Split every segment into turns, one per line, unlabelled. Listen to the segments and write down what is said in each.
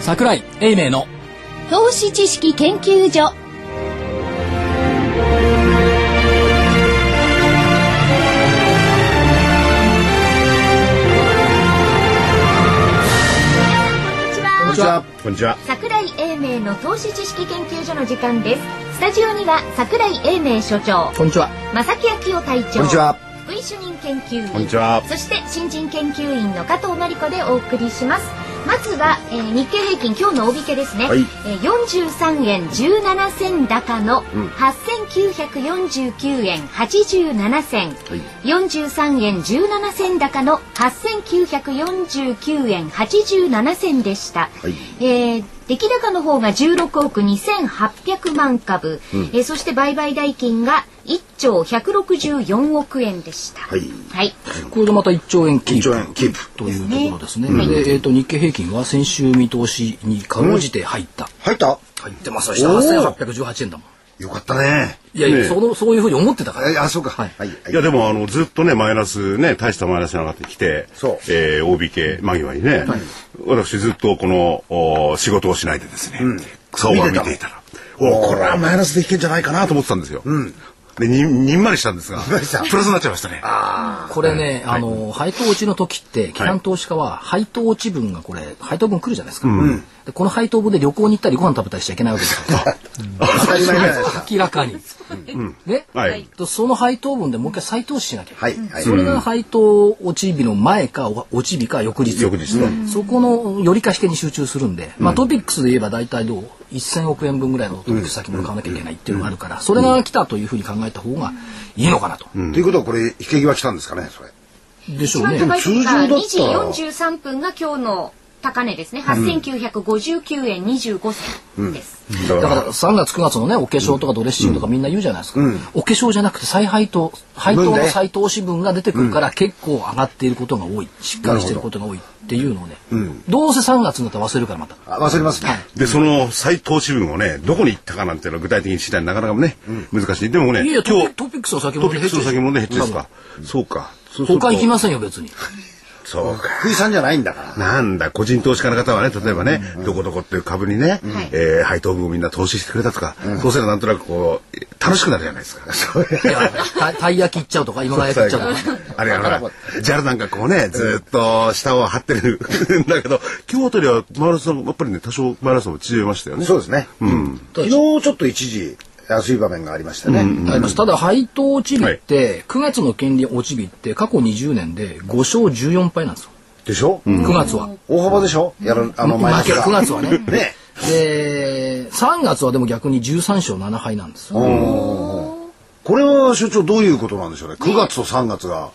桜井英明の
投資知識研究所
こんにちは。
こんにちは。
桜井英明の投資知識研究所の時間ですスタジオには桜井英明所長
こんにちは
正木昭夫隊長
こんにちは。
福井主任研究員
こんにちは。
そして新人研究員の加藤真理子でお送りします。まずは、えー日経平均今日の大引けですね。
はい
えー43円17銭高の
うん
8949円87銭。
はい。
43円17銭高の8949円87銭でした。
はい。
えー出来高の方が16億2800万株、
うん
えーそして売買代金が1兆164億円でした。
はい
はい。
これでまた1兆円キープ
1兆円キープ
というところですね
はい
で、えー、と日経平均は先週見通しにかろうじて入った、
入った
入ってますよ
おー
8818円だもん
よかったね。
いやいや、
ねえ
そのそういうふうに思ってたから
えあ、そうか。
はい
はい。
いやでもあのずっとねマイナスね大したマイナスが上がってきて
そう
えー、OBK 間際にね、私ずっとこのお仕事をしないでですね、相場を見ていたらおこれはマイナスでいけんじゃないかなと思ってたんですよ、でににんまりしたんですが
まりした
プラスになっちゃいましたね
これね、あの配当落ちの時って基幹投資家は配当落ち分がこれ配当分来るじゃないですか、でこの配当分で旅行に行ったりご飯食べたりしちゃいけないわけですよ
当たり前じゃないですか。
明らかに、ね、
はい、
とその配当分でもう一回再投資しなきゃ、
はい。はい
そ。れが配当落ち日の前かお落ち日か翌日
翌日ね
そこのより貸し手に集中するんで、まあ、トピックスで言えば大体どう1000億円分ぐらいのトピックス先も買わなきゃいけないっていうのがあるからそれが来たというふうに考えた方がいいのかなと。
ということはこれ、引け際来たんですかね、それ。
でし
一
ょう
番
ね。
高い時が
でも
2
通常だったら
時43分が今日の高値ですね。8959円25銭です。
だ
だ
か
からら3月9月のねお化粧とかドレッシングとかみんな言うじゃないですか、お化粧じゃなくて再配当配当の再投資分が出てくるから結構上がっていることが多いしっかりしていることが多いっていうのをね、どうせ3月になったら忘れるからまた
あ、忘れますね。
でその再投資分をねどこに行ったかなんていうのは具体的に知りたいなかなかね、難しいでもね
いやいや
今
トピ
日
トピックスの先
ト
物
ピ
で
ック
減っちゃ
スの
う
先物で減ってですかそうかそうすると
他行きませんよ別に
そうか
福井さんじゃないんだから。
なんだ、個人投資家の方はね、例えばね、どこどこっていう株にね、
はい
えー配当分をみんな投資してくれたとか、そうすればなんとなくこう、楽しくなるじゃないですか。そう
いやたたい焼き行っちゃうとか今川焼き行っちゃうとか
あれやほら、JAL なんかこうね、ずっと下を張ってる んだけど、今日あたりはマイナスの、やっぱりね、多少マイナスも縮めましたよね。
そうですね。うん。昨日ちょっと一時、安い場面がありましたね。
ありますただ配当落ち日って9月の権利落ち日って過去20年で5勝14敗なんですよ
でしょ
9月は。
大幅でしょやる、あの、マイナ
負
ス
け
が。
9月はね
ね。
で3月はでも逆に13勝7敗なんですよ
これは所長どういうことなんでしょうね。9月と3月が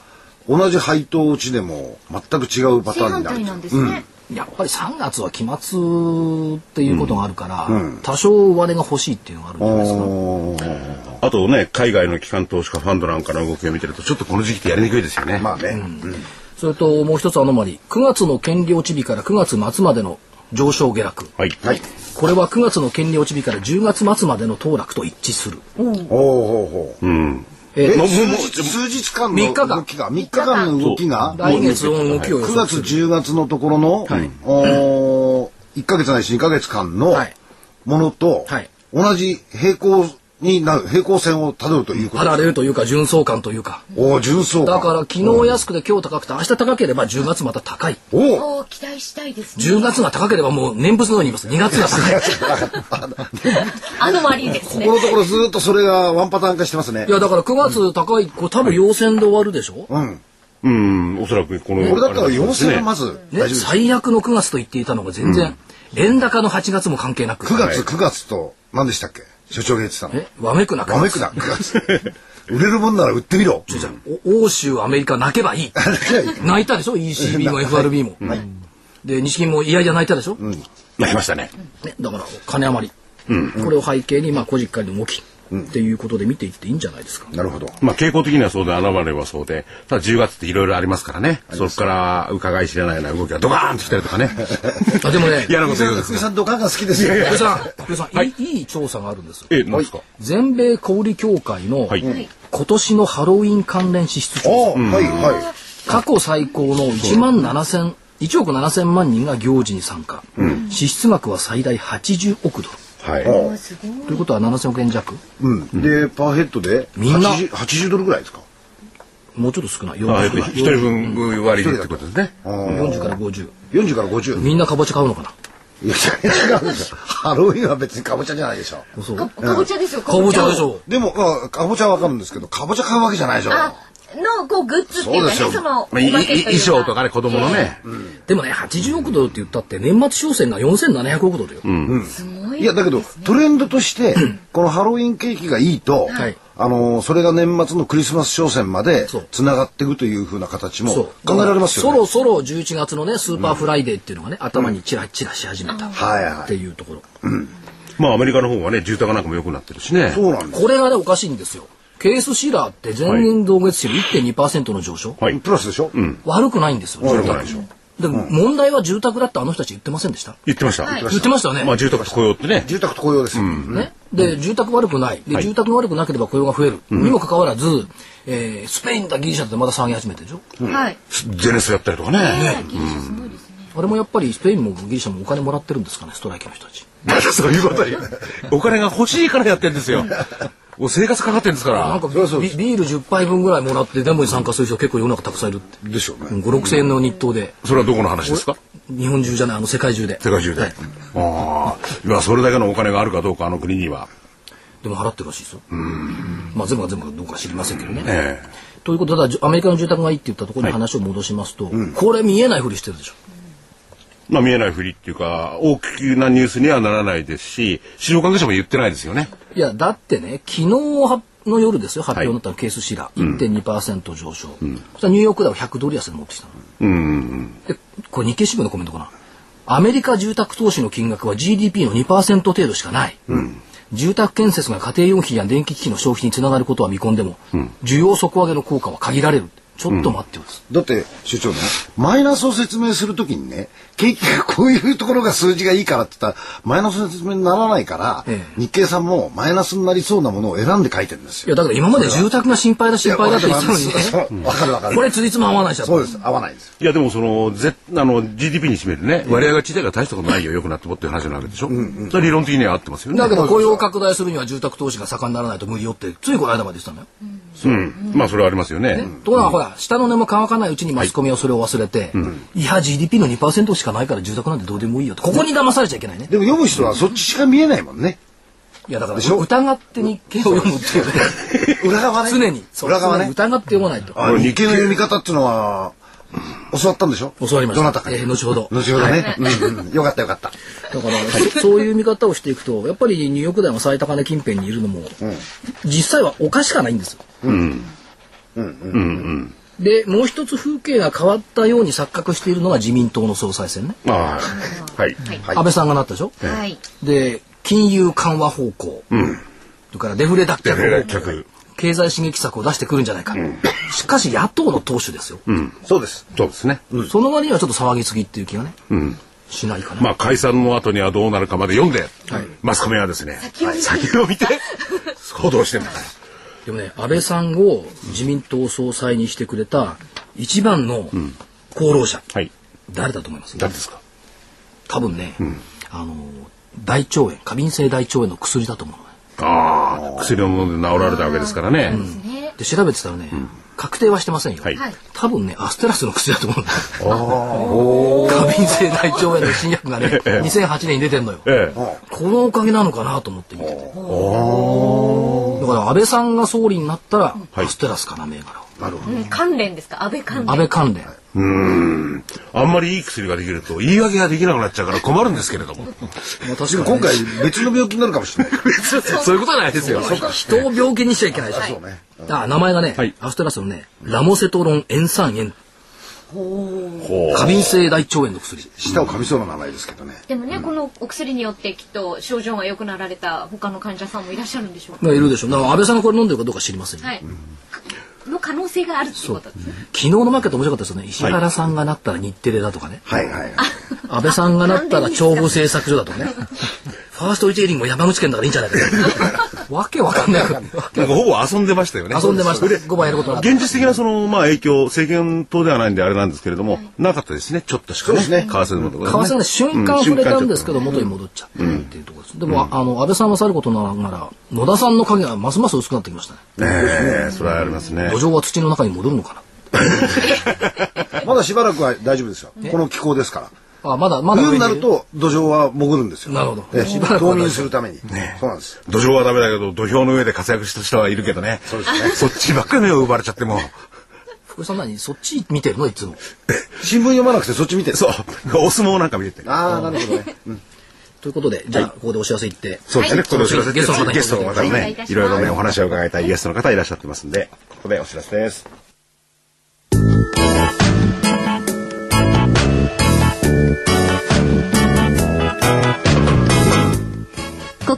同じ配当落ちでも全く違うパタ
正
ー
反
ンになる。
対なんですね。
やっぱり3月は期末っていうことがあるから、多少割れが欲しいっていうのがあるんじゃないですか
おー
あとね、海外の機関投資家ファンドなんかの動きを見てると、ちょっとこの時期ってやりにくいですよね。
まあね。うん
それともう一つアノマリー9月の権利落ち日から9月末までの上昇下落
はい。
はい。
これは9月の権利落ち日から10月末までの騰落と一致する、
おーほうほう。
うん。
え
え
ー
もう
数
もう
日数日間
三日間
の動きが、3日間の動きが、
来月の動きを予
9
測
月
する
10月のところの、お1ヶ月ないし2ヶ月間の
はい
ものと、
はい
同じ平行になる、平行線をたどるというこ
パ
と
ラレルというか純相関というか
おー純相
だ
関。
から昨日安くて今日高くて明日高ければ10月また高い
おー
おー期待したいですね。
10月が高ければもう念仏のように言います2月が高い
アノマリーです
こ
ね。
このところずーっとそれがワンパターン化してますね
い。やだから9月高い、これ多分陽線で終わるでしょ、
うん。
うん、おそらくこの。
これだったら
あれです
4000
ね
はまず大丈夫
ね、
です。
最悪の9月と言っていたのが全然、円高の8月も関係なく、
9月、
はい
9月と、何でしたっけ所長が言ってたの。
えわめくな
ダメくだ、9月。 売れるもんなら売ってみろ。
お欧州、アメリカ泣けばいい。泣いたでしょ ?ECB も FRB も。で、日銀もいやいや泣いたでしょ、ね、
なりましたね。
だから金余り。これを背景に、まあ、個人間の動き。っていうことで見ていっていいんじゃないですか。
なるほど。
まあ傾向的にはそうで、穴まれはそうで、ただ10月っていろいろありますからね、そこから伺い知れないような動きがドカーンと来たりと かね。
あでもね、
嫌なこと言うんです
福井
が。
さん、ドカンが好きですよ。
福井さん、福井さん、いい、いい調査があるんですよ。
え、何ですか
全米小売協会の
はい。
今年のハロウィン関連支出調査
おーはい、はい。
過去最高の1万7000 1億7千万人が行事に参加、支出額は最大80億ドル
はい。
おすごい
ということは7千億円弱
うん。で、パーヘッドで
みんな
80、80ドルぐらいですか
もうちょっと少ない
まあ、
40ぐらい
一人分割りでってことですね。
40から50
?40 から50。
みんなかぼちゃ買うのか
いや、違うんですよ。ハロウィンは別にカボチャじゃないでしょ。
なそう
か
か
かぼちゃですよか
ぼちゃでしょ
でも、まあ、かぼちゃはわかるんですけど、かぼちゃ買うわけじゃないでしょ。
あのこうグッズっていうかね
そう
そ
ですよ
の
まあ、いい
おまけという
衣装とかね、子供のね。
でもね80億ドルって言ったって年末商戦が4700億ドルよ、
すごい
いや、だけど、トレンドとして、このハロウィンケーキがいいと、
はい
あのー、それが年末のクリスマス商戦まで
そう、
つながっていくというふうな形も
そう
考えられますよね。
そろそろ11月のねスーパーフライデーっていうのがね、頭にチラチラし始めたっ
はいは
て
い。
いうところ、
まあ、アメリカの方はね、住宅なんかも良くなってるしね。
そうなんです。
これがねおかしいんですよケースシーラーって前年同月比の1.2%の上昇、
はい。
プラスでしょうん。
悪くないんですよ
悪
住
くない
宅
でしょ
でも問題は住宅だってあの人たち言ってませんでした
言ってました。
言ってましたよね,、
まあ、住宅と雇用ってね。
住宅と雇用ですよ。うん
ねで住宅悪くないで、住宅悪くなければ雇用が増える、にもかかわらず、えースペインだギリシャだってまた騒ぎ始めてるでしょ、
はい
ゼネスやったりとかね。
あれもやっぱりスペインもギリシャもお金もらってるんですかねストライキの人たち
そういうことに。 お金が欲しいからやってんです よ。もう生活かかってんですか
なん
ら。
かビビール10杯分ぐらいもらってデモに参加する人結構世の中たくさんいるって
でしょうね。
56,000円の日当で
それはどこの話ですか
日本中じゃないあの世界中で
世界中で。ああ。今、それだけのお金があるかどうか、あの国には。
でも払ってるらしいですよまあ全部が全部どうか知りませんけどね、
ええ。
ということでただじゅアメリカの住宅がいいって言ったところに話を戻しますと、これ見えないふりしてるでしょ
まあ、見えないふりっていうか、大きなニュースにはならないですし、市場関係者も言ってないですよね。
いやだってね昨日はの夜ですよ発表になったのケースシラー1.2%上昇、そしたらニューヨークダウ100ドル安で持ってきたの
うん。
でこれ日経新聞のコメントかなアメリカ住宅投資の金額は GDP の2%程度しかない、住宅建設が家庭用品や電気機器の消費につながることは見込んでも、需要底上げの効果は限られるちょっと待ってよです、
だって、所長ね、マイナスを説明するときにね、景気がこういうところが数字がいいからって言ったら、マイナスの説明にならないから、
ええ
日経さんもマイナスになりそうなものを選んで書いてるんです
いや
よ。
だから今まで住宅が心配だ心配だって言ってたのに
いやわかります
ね
わかるわかる。
これついつま合わないしだ
そうです。合わないです。
いや、でもその、ぜあの、GDP に占めるね、割合が小さいから大したことないよ、良くなってもっていう話なわけでしょ。それ理論的には合ってますよね。
だけど雇用を拡大するには住宅投資が盛んにならないと無理よってついこの間まで言ってたのよ、
うん。まあ、それはありますよね。
ところがほら下の根も乾かないうちにマスコミはそれを忘れて、いや GDP の2%しかないから住宅なんてどうでもいいよってここに騙されちゃいけないね
でも読む人はそっちしか見えないもんね。
いやだから
でしょ
疑って日経を読むっていうね
裏側ね。
常にそう
裏側
常に
ね。
疑って読まないと
あの日経の読み方っていうのは、教わったんでしょ
教わりました
どなたかに
えー後ほど
後ほどね。うんうんよかったよかった。
だから、そそういう見方をしていくとやっぱりニューヨークダウンは最高値近辺にいるのも、実際はおかしくはないんですよ。でもう一つ風景が変わったように錯覚しているのが自民党の総裁選ね、
まあ、はい。
はい
安倍さんがなったでしょ
はい
で金融緩和方向、それからデフレ脱却方
で、
向
客。
経済刺激策を出してくるんじゃないか、しかし野党の党首ですよ、
そうです。
そうですね。
その割にはちょっと騒ぎすぎっていう気がね、しないかな、
まあ、解散の後にはどうなるかまで読んで、マスコミはですね、先を 見て、報道してるんだから。
でもね安倍さんを自民党総裁にしてくれた一番の功労者、
はい。
誰だと思います
誰ですか
多分ね、あの大腸炎過敏性大腸炎の薬だと思うのね
ああ、薬を飲んで治られたわけですからね。
ね
で調べてたらね、確定はしてませんよ、
はい。
多分ねアステラスの薬だと思うんだ過敏性大腸炎の新薬がね2008年に出てんのよ
ええ。
このおかげなのかなと思って見ててだから安倍さんが総理になったら、
はい
アステラス かな銘柄は
なるほ
うん関連ですか安倍関連
安倍関連
うんあんまりいい薬ができると言い訳ができなくなっちゃうから困るんですけれども。
まあ確か
ど。
に
今回別の病気になるかもしれない。
そういうことはないですよ。
人を病気にしちゃいけないし、
そうね。
あ名前がね、
はい
アステラスのねラモセトロン塩酸塩
ほう
過敏性大腸炎の薬
舌を噛みそうな名前ですけどね。
でもね、このお薬によってきっと症状が良くなられた他の患者さんもいらっしゃるんでしょう。
がいるでしょだから安倍さんがこれ飲んでるかどうか知りませんよ、
はい。の可能性があるっていうことですね。
昨日のマーケット面白かったですよね石原さんがなったら日テレだとかね、
はいはいはい。
安倍さんがなったら調布製作所だとかねファーストリテイリングも山口県だからいいんじゃないか とわけわかんない
なんかほぼ遊んでましたよね。
遊んでました
で
5番やることなかった
現実的なその、まあ影響、政権党ではないんであれなんですけれども、なかったですね。ちょっとしかね。
そうですね
為替のところ
為替の瞬間触れたんですけ
ど。
ど、元に戻っちゃってっていうところです。でも、あの、安倍さんはさることながら、野田さんの影がますます薄くなってきましたね。
ねええ、それはありますね
土。壌は土の中に戻るのか
まだしばらくは大丈夫ですよ。この気候ですから。
な。あ、まだ、まだ上
冬になると土壌は潜るんですよ。
なるほど
ええ
しばらくは
冬眠するために。そうなんですよ。
土壌はダメだけど、土俵の上で活躍した人はいるけどね。そうですね。そっちばっかり目を奪われちゃっても。
福井さん何そっち見てるのいつも。
新聞読まなくてそっち見てる。
そう。お相撲なんか見えて。
ああ、なるほど ね。
ということで、じゃあ、ここでお知らせいって。
そうですね。ここでお知らせ
ゲストの方に
ゲストの方も
お願いい
ね
たしま、す
いろいろね、お話を伺いたいゲストの方いらっしゃってますんで、ここでお知らせです。
こ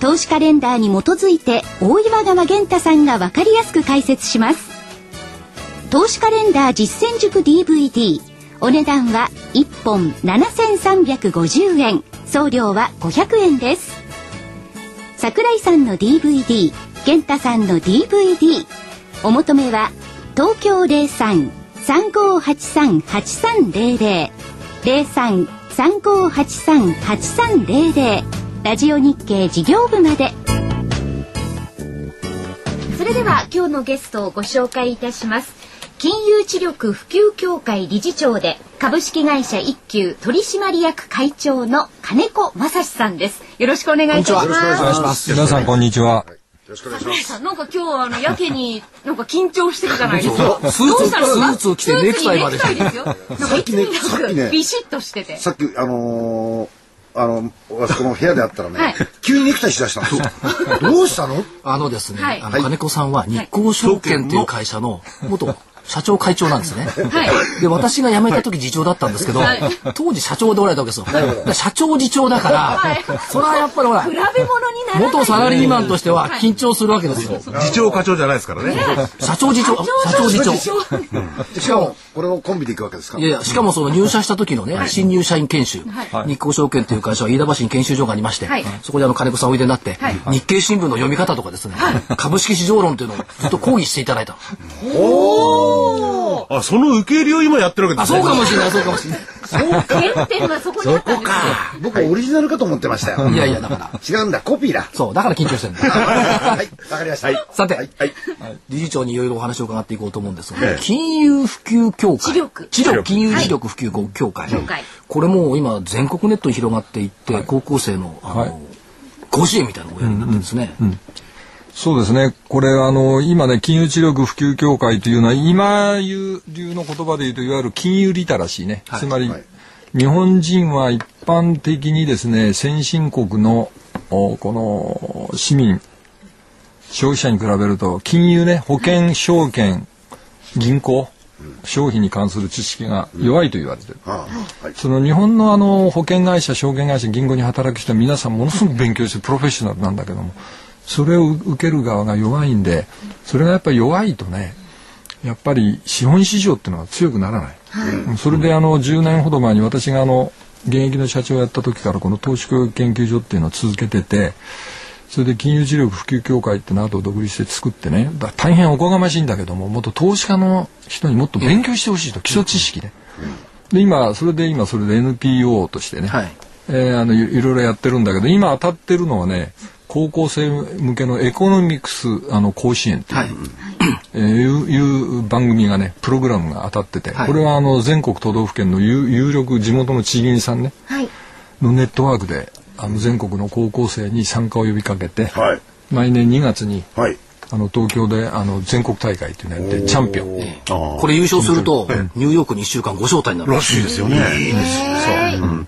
投資カレンダーに基づいて大岩川源太さんが分かりやすく解説します投資カレンダー実践塾 DVD お値段は1本7350円送料は500円です桜井さんの DVD 健太さんの DVD お求めは東京03-3583-8300 03-3583-8300ラジオ日経事業部まで
それでは今日のゲストをご紹介いたします金融知力普及協会理事長で株式会社一級取締役会長の金子正史さんですよろしくお願いいたします
お願いします。
皆さんこんにちは。
皆さんなんか今日はあのやけになんか緊張してるじゃないですか。どう
スーツ
したのか？
スーツを着てネクタイまで
スーツにネクタイですよ。なんかいつに
さっきねさっき
な
ね
くビシッとしてて。
さっき、あのー、あの、あそこの部屋であったらね、
はい
急にネクタイしだしたんですよ。どう したの
あのですね、
はい
あ
はい
の金子さんは日光証券という会社の元社長会長なんですね。
はい
で、私が辞めた時次長だったんですけど、
はい
当時社長でおられたわけですよ。だから社長次長だから、
はい
それはやっぱりほら
比、べ物にならない。
元サラリーマンとしては
はい
緊張するわけですよ。
次長課長じゃないですからね。
社長次長、あ社長次長。
しかも、これをコンビで行くわけですか
いやいや、しかもその入社した時のね、新入社員研修、日光証券という会社は飯田橋に研修所がありまして、
はい
そこであの金子さんおいでになって、
はい
日経新聞の読み方とかですね、株式市場論というのをずっと講義していただいた。
あ、その受け入れを今やってるわけ で
あ、
すね。
そうかもしれ ない、そうかもしれない。
原点はそこにあったんですよ。
僕はオリジナルかと思ってましたよ。
いやいや、だから。
違うんだ、コピーだ。
そう、だから緊張してるんだ。
はい、わかりました。
さて、
はい
理事長にいろいろお話を伺っていこうと思うんですが、
ええ
金融普及協会。
知力
知力金融知力普及協会。
協会
これもう今、全国ネットに広がっていって、高校生の、あの、
はい
甲子園みたいなのをやるんですね。
そうですね。これ、あの、今ね、金融知力普及協会というのは、今流流の言葉で言うと、いわゆる金融リテラシーね。つまり、
はい
日本人は一般的にですね、先進国の、おこの、市民、消費者に比べると、金融ね、保険、証券、銀行、商品に関する知識が弱いと言われてる。
ああはい
その日本のあの保険会社証券会社銀行に働く人は皆さんものすごく勉強してプロフェッショナルなんだけどもそれを受ける側が弱いんでそれがやっぱり弱いとねやっぱり資本市場っていうのは強くならない、それであの10年ほど前に私があの現役の社長をやった時からこの投資教育研究所っていうのを続けててそれで金融知力普及協会ってのを後を独立して作ってねだ大変おこがましいんだけどももっと投資家の人にもっと勉強してほしいと基礎知識ね。で今それで今それで NPO としてね、
はい
えーあのいいろいろやってるんだけど今当たってるのはね高校生向けのエコノミクスあの甲子園っていう,、えーいういう番組がねプログラムが当たってて、
はい
これはあの全国都道府県の有有力地元の地銀さんね
はい。
のネットワークであの全国の高校生に参加を呼びかけて、
はい
毎年2月に
はい
あの東京であの全国大会っていうのやってチャンピオン
これ優勝すると、ニューヨークに1週間ご招待になる。
らしいですよね。いいですでも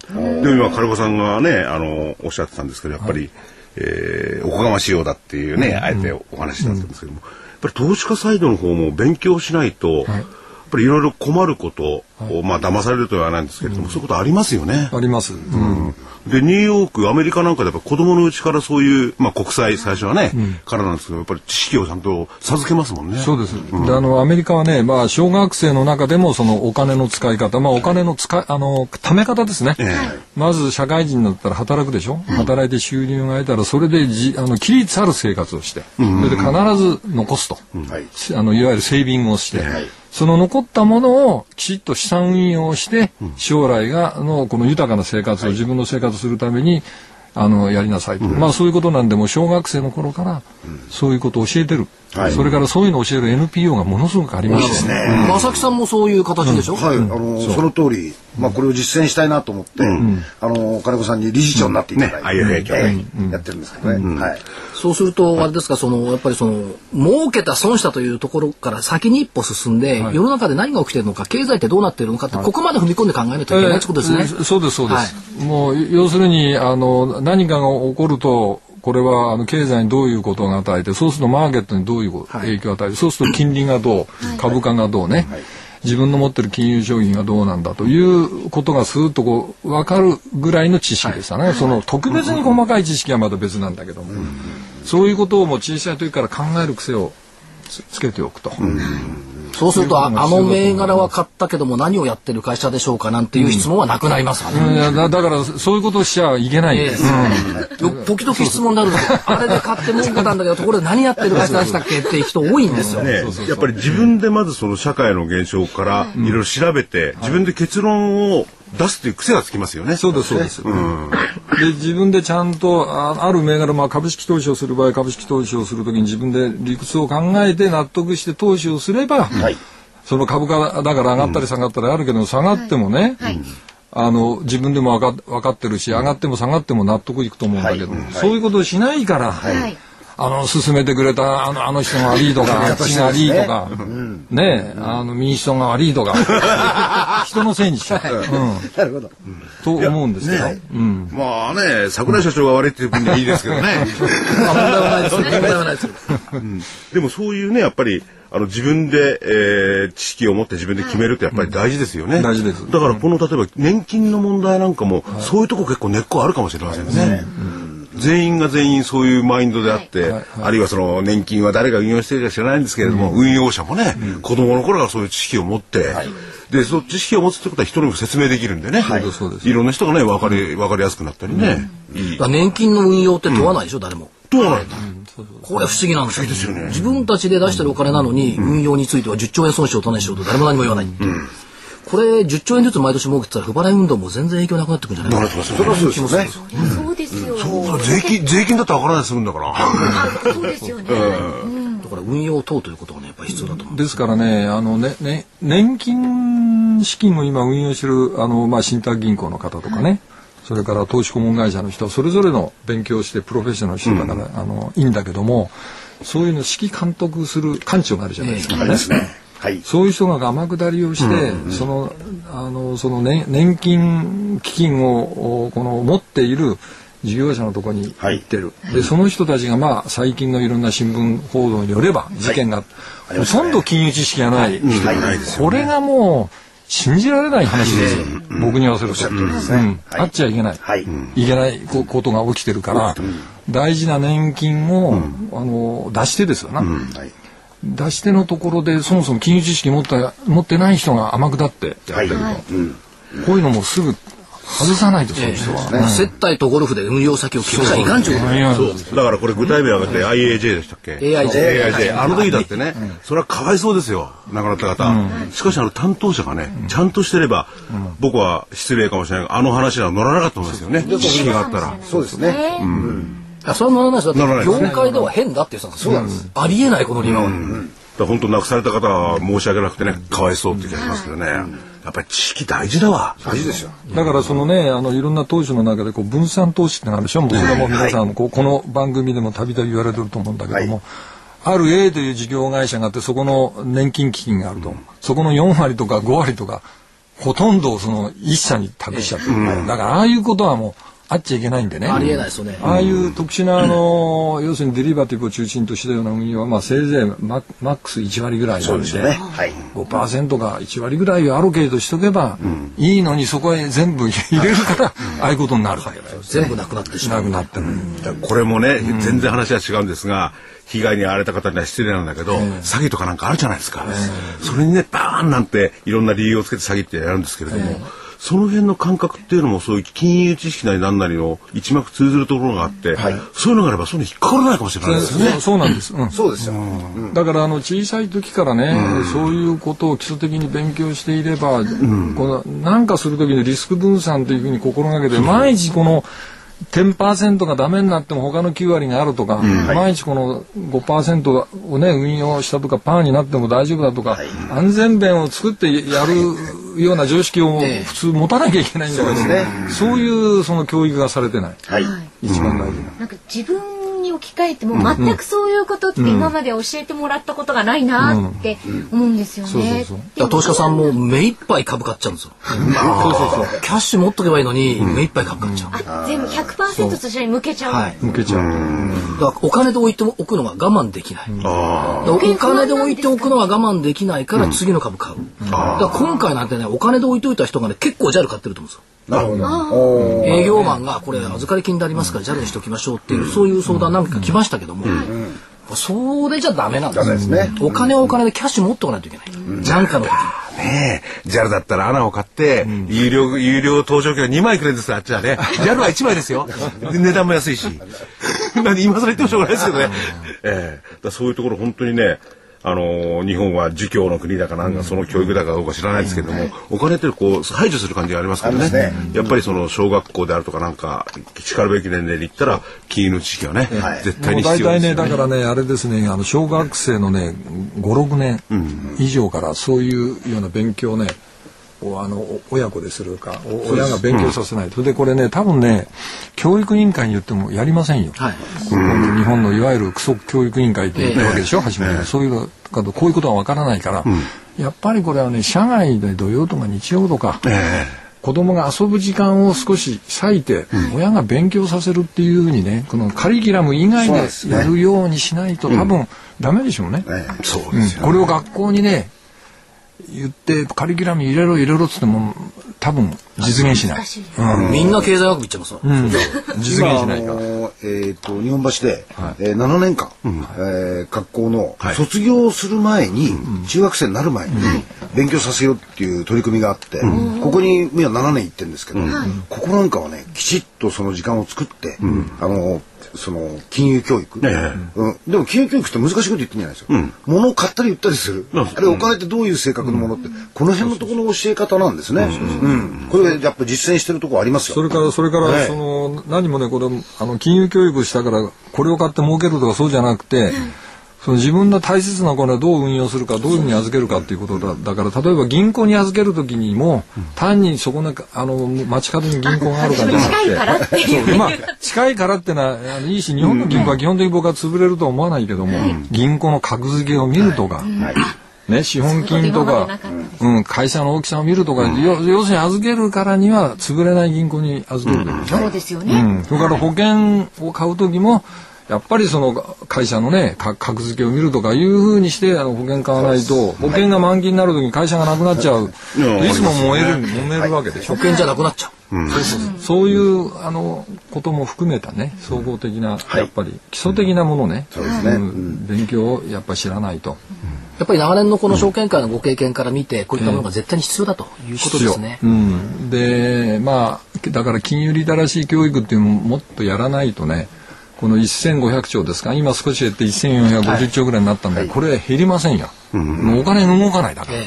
今金子さんがねあのおっしゃってたんですけどやっぱり、えーおこがましいようだっていうね、あえてお話ししたんですけども、やっぱり投資家サイドの方も勉強しないと、やっぱりいろいろ困ることを、まあ騙されるとは言わないんですけれども、そういうことありますよね。
あります、うん
でニューヨークアメリカなんかでやっぱ子供のうちからそういう、まあ、国際最初はね、からなんですけどやっぱり知識をちゃんと授けますもんね。
そうです、であのアメリカはね、まあ、小学生の中でもそのお金の使い方、まあ、お金の使いあの貯め方ですね、
ええ
まず社会人だったら働くでしょ、働いて収入が得たらそれでじあの規律ある生活をして、それで必ず残すと、
はい
しあのいわゆるセービングをして、その残ったものをきちっと資産運用をして、将来がのこの豊かな生活を、自分の生活をするためにあのやりなさいと、まあそういうことなんでもう小学生の頃からそういうことを教えてる、
はい
それからそういうのを教える NPO がものすごくありまして、ね、
正木さんもそういう形でしょ
はい、あのその通り、まあこれを実践したいなと思って、あの金子さんに理事長になっていただいて、
うんね IFA 協
え
会
えやってるんですけどね、はい。
そうすると、あれですか、その、やっぱりその、儲けた損したというところから先に一歩進んで、世の中で何が起きてるのか、経済ってどうなってるのかって、ここまで踏み込んで考えないといけないってことですね。
えーそうですそうです、もう要するにあの何かが起こるとこれはあの経済にどういうことが与えてそうするとマーケットにどういう影響を与えて、そうすると金利がどう、株価がどうね、自分の持ってる金融商品がどうなんだということがスーッとこう分かるぐらいの知識でしたね、その特別に細かい知識はまた別なんだけども、そういうことをもう小さい時から考える癖をつつけておくと。
そうすると、ああの銘柄は買ったけども、何をやってる会社でしょうかなんていう質問はなくなりますわね。
うんいやだだからそういうことをしちゃいけないん
え
で
え
す、
よ時々質問になるんだけどあれで買って儲けたんだけど、ところで何やってる会社でしたっけって人多いんですよ。
ね、やっぱり自分でまずその社会の現象からいろいろ調べて、自分で結論を出すという癖がつきますよね。
そうですそうです。で自分でちゃんとあある銘柄まあ株式投資をする場合株式投資をするときに自分で理屈を考えて納得して投資をすれば、その株価だから上がったり下がったりあるけど下がってもね、あの自分でも分か分かってるし上がっても下がっても納得いくと思うんだけど、そういうことをしないから。
はい。
あの、勧めてくれた、あの、あの人が悪いとか、あっちが悪いとか、ねえ、あの、民主党が悪いとか、人のせいにしちゃう。うん
なるほど。
と思うんですけど。うん。
まあね、桜井社長が悪いっていう分にはいいですけど ね。
問題はないですよ。問題はないですよ。
でもそういうね、やっぱり、あの自分で、えー知識を持って自分で決めるってやっぱり大事ですよね。
大事です
だからこの例えば年金の問題なんかも、そういうとこ結構根っこあるかもしれませんね。全員が全員そういうマインドであって、あるいはその年金は誰が運用してるか知らないんですけれども、運用者もね、子供の頃からそういう知識を持って、で、その知識を持つってことは人にも説明できるんでね、
い
い、
そうです
ろんな人がね、分かり、分かりやすくなったりね、いい
だから年金の運用って問わないでしょ、誰も。
どうなんだ
これ不思議なんですよ自分たちで出してるお金なのに、運用については10兆円損失を取らないしようと誰も何も言わないっていうこれ10兆円ずつ毎年儲けてたら不払い運動も全然影響なくなってくるんじゃないかな
それはそうですよね。
そうですよ。
税金、税金だって上がらないするんだから。
あそうですよね。
だから運用等ということがねやっぱり必要だと思う、
ですからね、あのね、ね、年金資金を今運用してる、あの、まあ、信託銀行の方とかね、それから投資顧問会社の人、それぞれの勉強をしてプロフェッショナルの人だから、あの、いいんだけども、そういうの指揮監督する官庁があるじゃないですか。
ありますね。はい。
そういう人が天下りをして、そのあのその、ね、年金基金をおこの持っている事業者のところに
はい
行ってる、でその人たちが、まあ、最近のいろんな新聞報道によれば事件が、
りま
ほ
したね
とんど金融知識がない、
はい、ないですよ。
これがもう信じられない話ですよ、僕に言わせると、うんあっちゃいけない、
はい。
いけないこことが起きてるから、大事な年金を、あの出してですよな。
はい。
出し手のところでそもそも金融知識持った持ってない人が甘くだって
はい。
こういうのもすぐ外さないとそういう人は。
まあ接待とゴルフで運用先を決めちゃいかんちゅうことだよ
いや
だからこれ具体名上がって IAJ でしたっけ
AIJ
AIJ あの時だってねそれはかわいそうですよ亡くなった方しかしあの担当者がねちゃんとしてれば僕は失礼かもしれないがあの話には乗らなかったと思いますよね知識があったら
そうですね。
あそれは乗らないです
乗らない
だ
で
っ
す
て
ね
業界では変だって言ってたんですそうなんですありえないこの利回り
だから本当なくされた方は申し訳なくてね、かわいそうって気がしますけどね、やっぱり知識大事だわ。
大事ですよ。
だからそのねあのいろんな投資の中でこう分散投資ってのあるでしょもうそれはもう皆さんこうこの番組でもたびたび言われてると思うんだけども、ある A という事業会社があってそこの年金基金があると、そこの4割とか5割とかほとんどをその一社に託しちゃってる、だからああいうことはもうあっちゃいけないんでね
ありえないですよね
ああいう特殊な、あの要するにデリバティブを中心としたような運用は、まあ、せいぜいママックス1割ぐらいなんで
はい。
5%が1割ぐらいをアロケートしとけばいいのにそこへ全部入れるからああいうことになるわけですよ
全部なくなってしま
な
う
くなってる
だからこれもね、全然話は違うんですが、被害に遭われた方には失礼なんだけど、詐欺とかなんかあるじゃないですか。それにね、バーンなんていろんな理由をつけて詐欺ってやるんですけれども、その辺の感覚っていうのもそういう金融知識なりなんなりの一幕通ずるところがあって、そういうのがあればそういうの引っかからないかもしれないですよね。
そうそうなんです、うん
そうですよ。
だからあの小さい時からね、そういうことを基礎的に勉強していれば、このなんかする時のリスク分散というふうに心がけて、毎日この10%がダメになっても他の9割があるとか、毎日この5%をね運用したとかパーになっても大丈夫だとか、安全弁を作ってやるような常識を普通持たなきゃいけないんだけど、
そうですね
そういうその教育がされてない
はい。
一番大事な。
なんか自分に置き換えても全くそういうことって今まで教えてもらったことがないなって思うんですよ
そうそ
ね
うそう。
だから投資家さんも目いっぱい株買っちゃうんですよ
そうそうそう
キャッシュ持っとけばいいのに目いっぱい株買っちゃうだか
あ全部100%と一緒に向けちゃう。
はい
抜けちゃう。
らお金で置いておくのが我慢できない
あ
だからお金で置いておくのは我慢できないから次の株買う、だから今回なんてねお金で置いといた人がね結構 JAL 買ってると思うんですよ
なるほど。おー
営業マンがこれ預かり金でありますから JAL にしておきましょうっていうそういう相談なんか来ましたけども、それじゃダメなんです
ダメですね
お金はお金でキャッシュ持っとかないといけない、なんかの時に
あ、ねえ。JAL だったらアナを買って、有料、有料搭乗券2枚くれるんですよ、あっちはね。JAL は1枚ですよ。で値段も安いし。なんで今更言ってもしょうがないですけどね。ええだからそういうところ本当にね、あのー日本は儒教の国だかなんかその教育だかどうか知らないですけども、お金ってこう排除する感じがありますけど
あ
ね
りますね
やっぱりその小学校であるとかなんかしかるべき年齢で言ったら金融の知識はね、絶対
もう
に必
大
要で
体
す
ね
よ
だからねあれですねあの小学生のね56年以上からそういうような勉強をねおあのお親子でするかお親が勉強させないそれでこれね多分ね教育委員会に言ってもやりませんよ、
はい
これ日本のいわゆるクソ教育委員会って言ったわけでしょ初めにそういうのかとこういうことはわからないから、やっぱりこれはね社外で土曜とか日曜とか、
え
子供が遊ぶ時間を少し割いて、親が勉強させるっていうふうにねこのカリキュラム以外
そうです
で
ね
やるようにしないと、多分ダメでしょうね。
ね
えそう
う
で
ん
すよ、
これを学校にね言ってカリキュラム入れろ入れろっつっても多分実現しない
難しいです
うん
みんな経済学部行っちゃいますよ、
うん実現しない
今あ
から
のーえっと日本橋で、えー7年間、えー学校の卒業する前に、中学生になる前に、勉強させようっていう取り組みがあって、ここに今7年行ってるんですけど、ここなんかはねきちっとその時間を作って、あのーその金融教育、
ええ
うん、でも金融教育って難しいこと言ってんじゃないですよ、物を買ったり売ったりする、
うん
あれお金ってどういう性格のものって、この辺のところの教え方なんですね、うん、これやっぱ実践してるとこありますよ
それからそれから、
はい
その何もねこれあの金融教育したからこれを買って儲けるとかそうじゃなくて、その自分の大切なお金をどう運用するかどういうふうに預けるかっていうことだだから例えば銀行に預ける時にも、単にそこのあの街角に銀行があるからじゃなく
近
て
いからっていう。
まあ、近いからってのはあのいいし日本の銀行は基本的に僕は潰れるとは思わないけども、銀行の格付けを見るとか、ね、資本金と
そういうこと
か
今までなかっ
うん、会社の大きさを見るとか、要要するに預けるからには潰れない銀行に預けるとか、
そうですよね。
うん、それから保険を買う時もやっぱりその会社のねか格付けを見るとかいうふうにしてあの保険買わないと保険が満期になる時に会社がなくなっちゃう、
や
い、つも燃え
あ
る、
り
揉めるわけでしょ
保険じゃなくなっちゃう、
そういうあのことも含めたね総合的な、やっぱり基礎的なものね、
そうですね
ん勉強をやっぱ知らないと、
やっぱり長年のこの証券会のご経験から見てこういったものが絶対に必要だということですね、
うん、でまあだから金融リテラシー教育っていうのももっとやらないとねこの1500兆ですか今少し減って1450兆ぐらいになったんで、これ減りませんよ、もうお金動かないだから、
え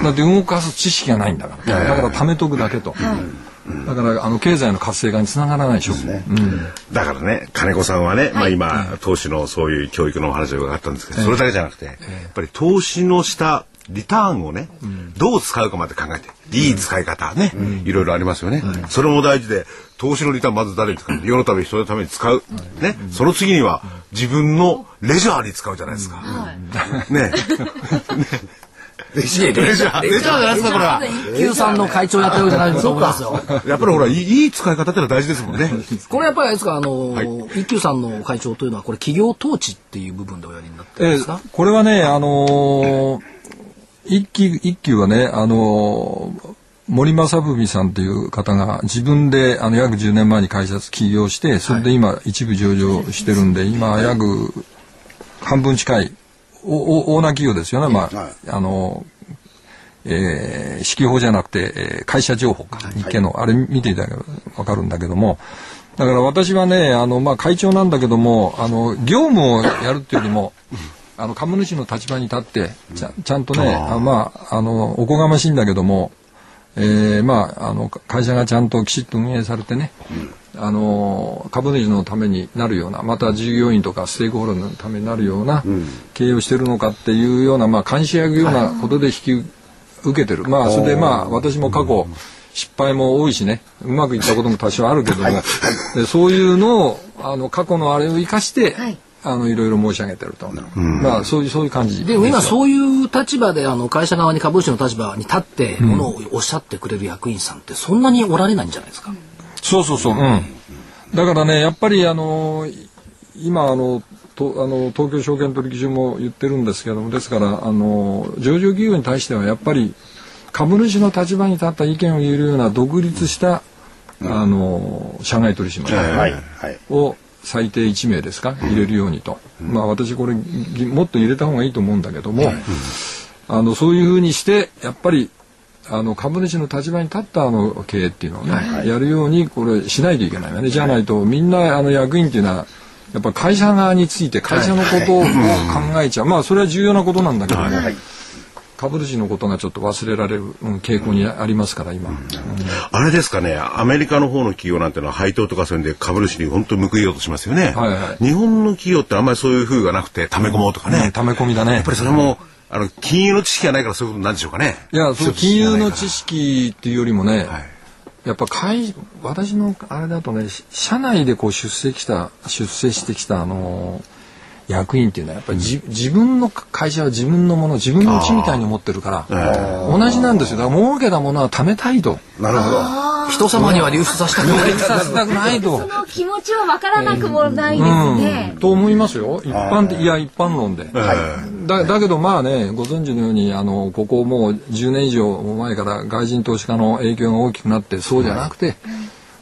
え
だって動かす知識がないんだから、だから貯めとくだけと、だからあの経済の活性化につながらないでしょ。
ねだからね金子さんはね、まあ、今投資のそういう教育のお話を伺ったんですけど、それだけじゃなくて、やっぱり投資のしたリターンをね、どう使うかまで考えていい使い方ね、いろいろありますよね、それも大事で投資のリターンまず誰に使う世のため人のために使う、ね、その次には自分のレジャーに使うじゃないですか、 ね
レジャー、レジャー、レジャーじゃないですか、これは。Q さんの会長やってるわけじゃないと思いますよ。
やっぱりほらいいいい使い方ってのは大事です もんね
これやっぱりあれですか、あの、一休さんの会長というのは、これ企業統治っていう部分でおやりになってるん
え
ですか、
これはね、あのー一級一級はね、あのー森正文さんという方が自分であの約10年前に会社起業してそれで今一部上場してるんで、今約半分近いおおオーナー企業ですよね、まあ
はい
あのーえー、指揮法じゃなくて、えー会社情報か、日経の、あれ見ていただければわかるんだけども、だから私はね、あの、まあ、会長なんだけども、あの、業務をやるっていうよりも、あの、株主の立場に立って、ちゃんちゃんとね、あまあ、あの、おこがましいんだけども、えーまあ、あのか会社がちゃんときちっと運営されてね、あの株主のためになるようなまた従業員とかステークホルダーのためになるような経営をしてるのかっていうような、まあ、監視役ようなことで引き受けてる、まあ、それでまあ私も過去失敗も多いしねうまくいったことも多少あるけども、でそういうのをあの過去のあれを生かして、
はい
い、あのいろいろ申し上げてると、まあ、そういうそういう感じ
でも今そういう立場であの会社側に株主の立場に立ってものをおっしゃってくれる役員さんってそんなにおられないんじゃないですか。
そうそうそう。うん。だからね、やっぱりあのい今あのとあの東京証券取引所も言ってるんですけども、ですからあの上場企業に対してはやっぱり株主の立場に立った意見を言えるような独立した、あの社外取締役。
はい。はい。
を最低1名ですか入れるようにと、まあ私これぎもっと入れた方がいいと思うんだけども、あのそういうふうにしてやっぱりあの株主の立場に立ったあの経営っていうのをね、やるようにこれしないといけないよね、じゃないとみんなあの役員っていうのはやっぱ会社側について会社のことを考えちゃう、まあそれは重要なことなんだけども、株主のことがちょっと忘れられるうん傾向にありますから今。
あれですかね、アメリカの方の企業なんてのは配当とかそういうんで株主に本当に報いようとしますよね。
はいはい
日本の企業ってあんまりそういう風がなくて、溜め込もうとかね。
うん溜め込みだね
やっぱりそれも、あの、金融の知識がないからそういうことなんでしょうかね。
いや、その金融の知識っていうよりもね、
はい
やっぱ会私のあれだとね、し社内でこう出席した出世してきたあのー役員っていうのはやっぱりじ、自分の会社は自分のもの、自分のうちみたいに思ってるから、同じなんですよ。だから儲けたものは貯めた いと、
なるほど。
人様には流出させたくない。
させたくないと
そ。の気持ちはわからなくもないですね。
と思いますよ。一般的いや一般論で。だだけどまあねご存知のようにあのここもう10年以上前から外人投資家の影響が大きくなってそうじゃなくて、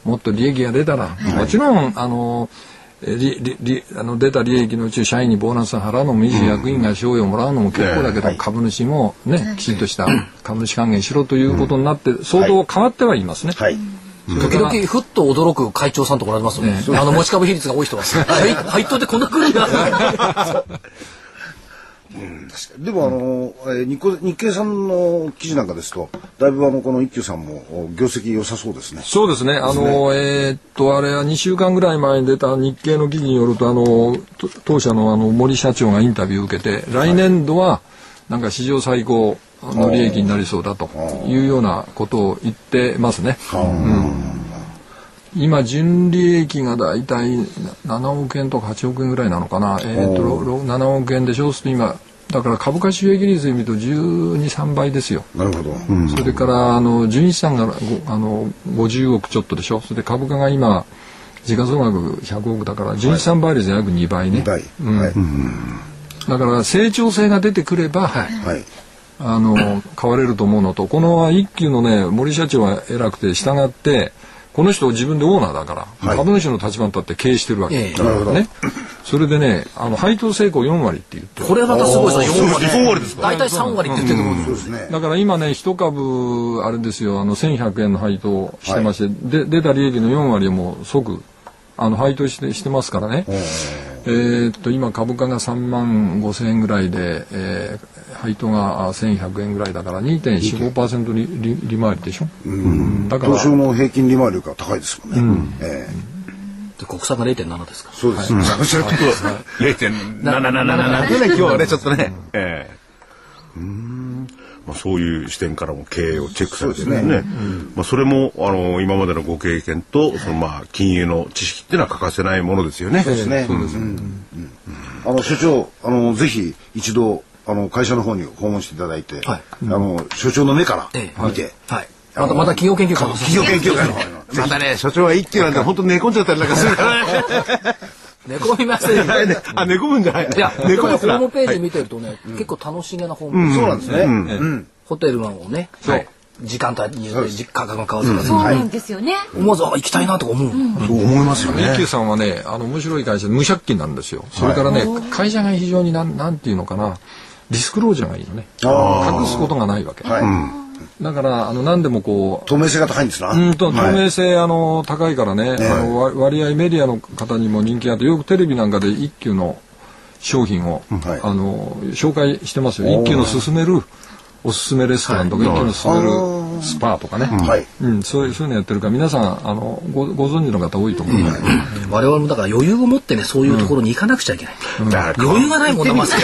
もっと利益が出たら、もちろんあのえりりりあの出た利益のうち社員にボーナスを払うのもいいし、役員が賞与をもらうのも結構だけど、株主もねきちんとした株主還元しろということになって、相当変わってはいますね。
はい。
時々ふっと驚く会長さんとかおられますよね。あの持ち株比率が多い人は。はい配当でこんな国が。
でもあの、えー日経日経さんの記事なんかですと、だいぶあのこの一休さんもお業績良さそうですね。
そうですね。あの、えーっと、あれは2週間ぐらい前に出た日経の記事によると、あの、と当社のあの森社長がインタビューを受けて、来年度は、なんか史上最高の利益になりそうだというようなことを言ってますね。今、純利益がだいたい7億円とか8億円ぐらいなのかな。えーっと、ろろ7億円でしょ。そうすると今、だから株価収益率で見ると12、3倍ですよ。
なるほど。
それからあの純資産がごあの50億ちょっとでしょそれで株価が今時価総額100億だから純資産倍率約2倍ね、
はい。はい。
だから成長性が出てくれば、
はい。
あの買われると思うのとこの一級のね森社長は偉くて従ってこの人自分でオーナーだから、
はい
株主の立場に立って経営してるわけ、
ええ
なるほど
ね、それでねあの配当成功4割って言って
これまたすごいですよ。4割。
4割ですか
大体3割って言ってる
そうですね。
だから今ね、一株、あれですよ、あの、1100円の配当をしてまして、で、出た利益の4割をもう即、あの、配当して、してますからね。えーっと今株価が3万5,000円ぐらいで、えー配当があ1,100円ぐらいだから2.45%に利利回りでしょ、だから
東証の平均利回りが高いですもんね。ええ
で国産が0.7ですから。
そうです。それはちょっと
0.777でね、今日はね、ちょっとね。ええうんまあ、そういう視点からも経営をチェックされてるんですね。まあ、それも、あの、今までのご経験と、その、まあ、金融の知識っていうのは欠かせないものですよね。そうです
ね。うんあの所長あのぜひ一度あの会社の方に訪問していただいて、
はい
あの所長の目から見て、
はい。また、また企業研究会も
企業研究会の方に
またね、所長は一気なんて、本当寝込んじゃったりなんかするからね。
寝込みませんよ。い
あ、寝込むんじゃない。
や、で
寝
も
込
ねホ
む
ームページ見てるとね、結構楽しげなホームページ。
そうなんですね。うん
ホテルマンをね、
はい
時間帯によって時価格が変わるから
そう
ね、
なんですよね。
思わず、あ、行きたいなとか思う。
そう思いますよね。
一休さんはねあの面白い会社で無借金なんですよそれからね、会社が非常になんなんていうのかなディスクロージャーがいいのね隠すことがないわけ、
はい。
だからあの何でもこう
透明性が高いんですな。
うんと透
はい
明性、あの高いからね、あのわ割合メディアの方にも人気があってよくテレビなんかで一休の商品を、
はい
あの紹介してますよ一休の勧めるおすすめレストランとか、一休の勧めるスパとかね、
はい。
うん、そういうそういうのやってるから皆さんあのごご存知の方多いと思う、
我々もだから余裕を持ってね、そういうところに行かなくちゃいけない。
だから
余裕がないもんな、まさ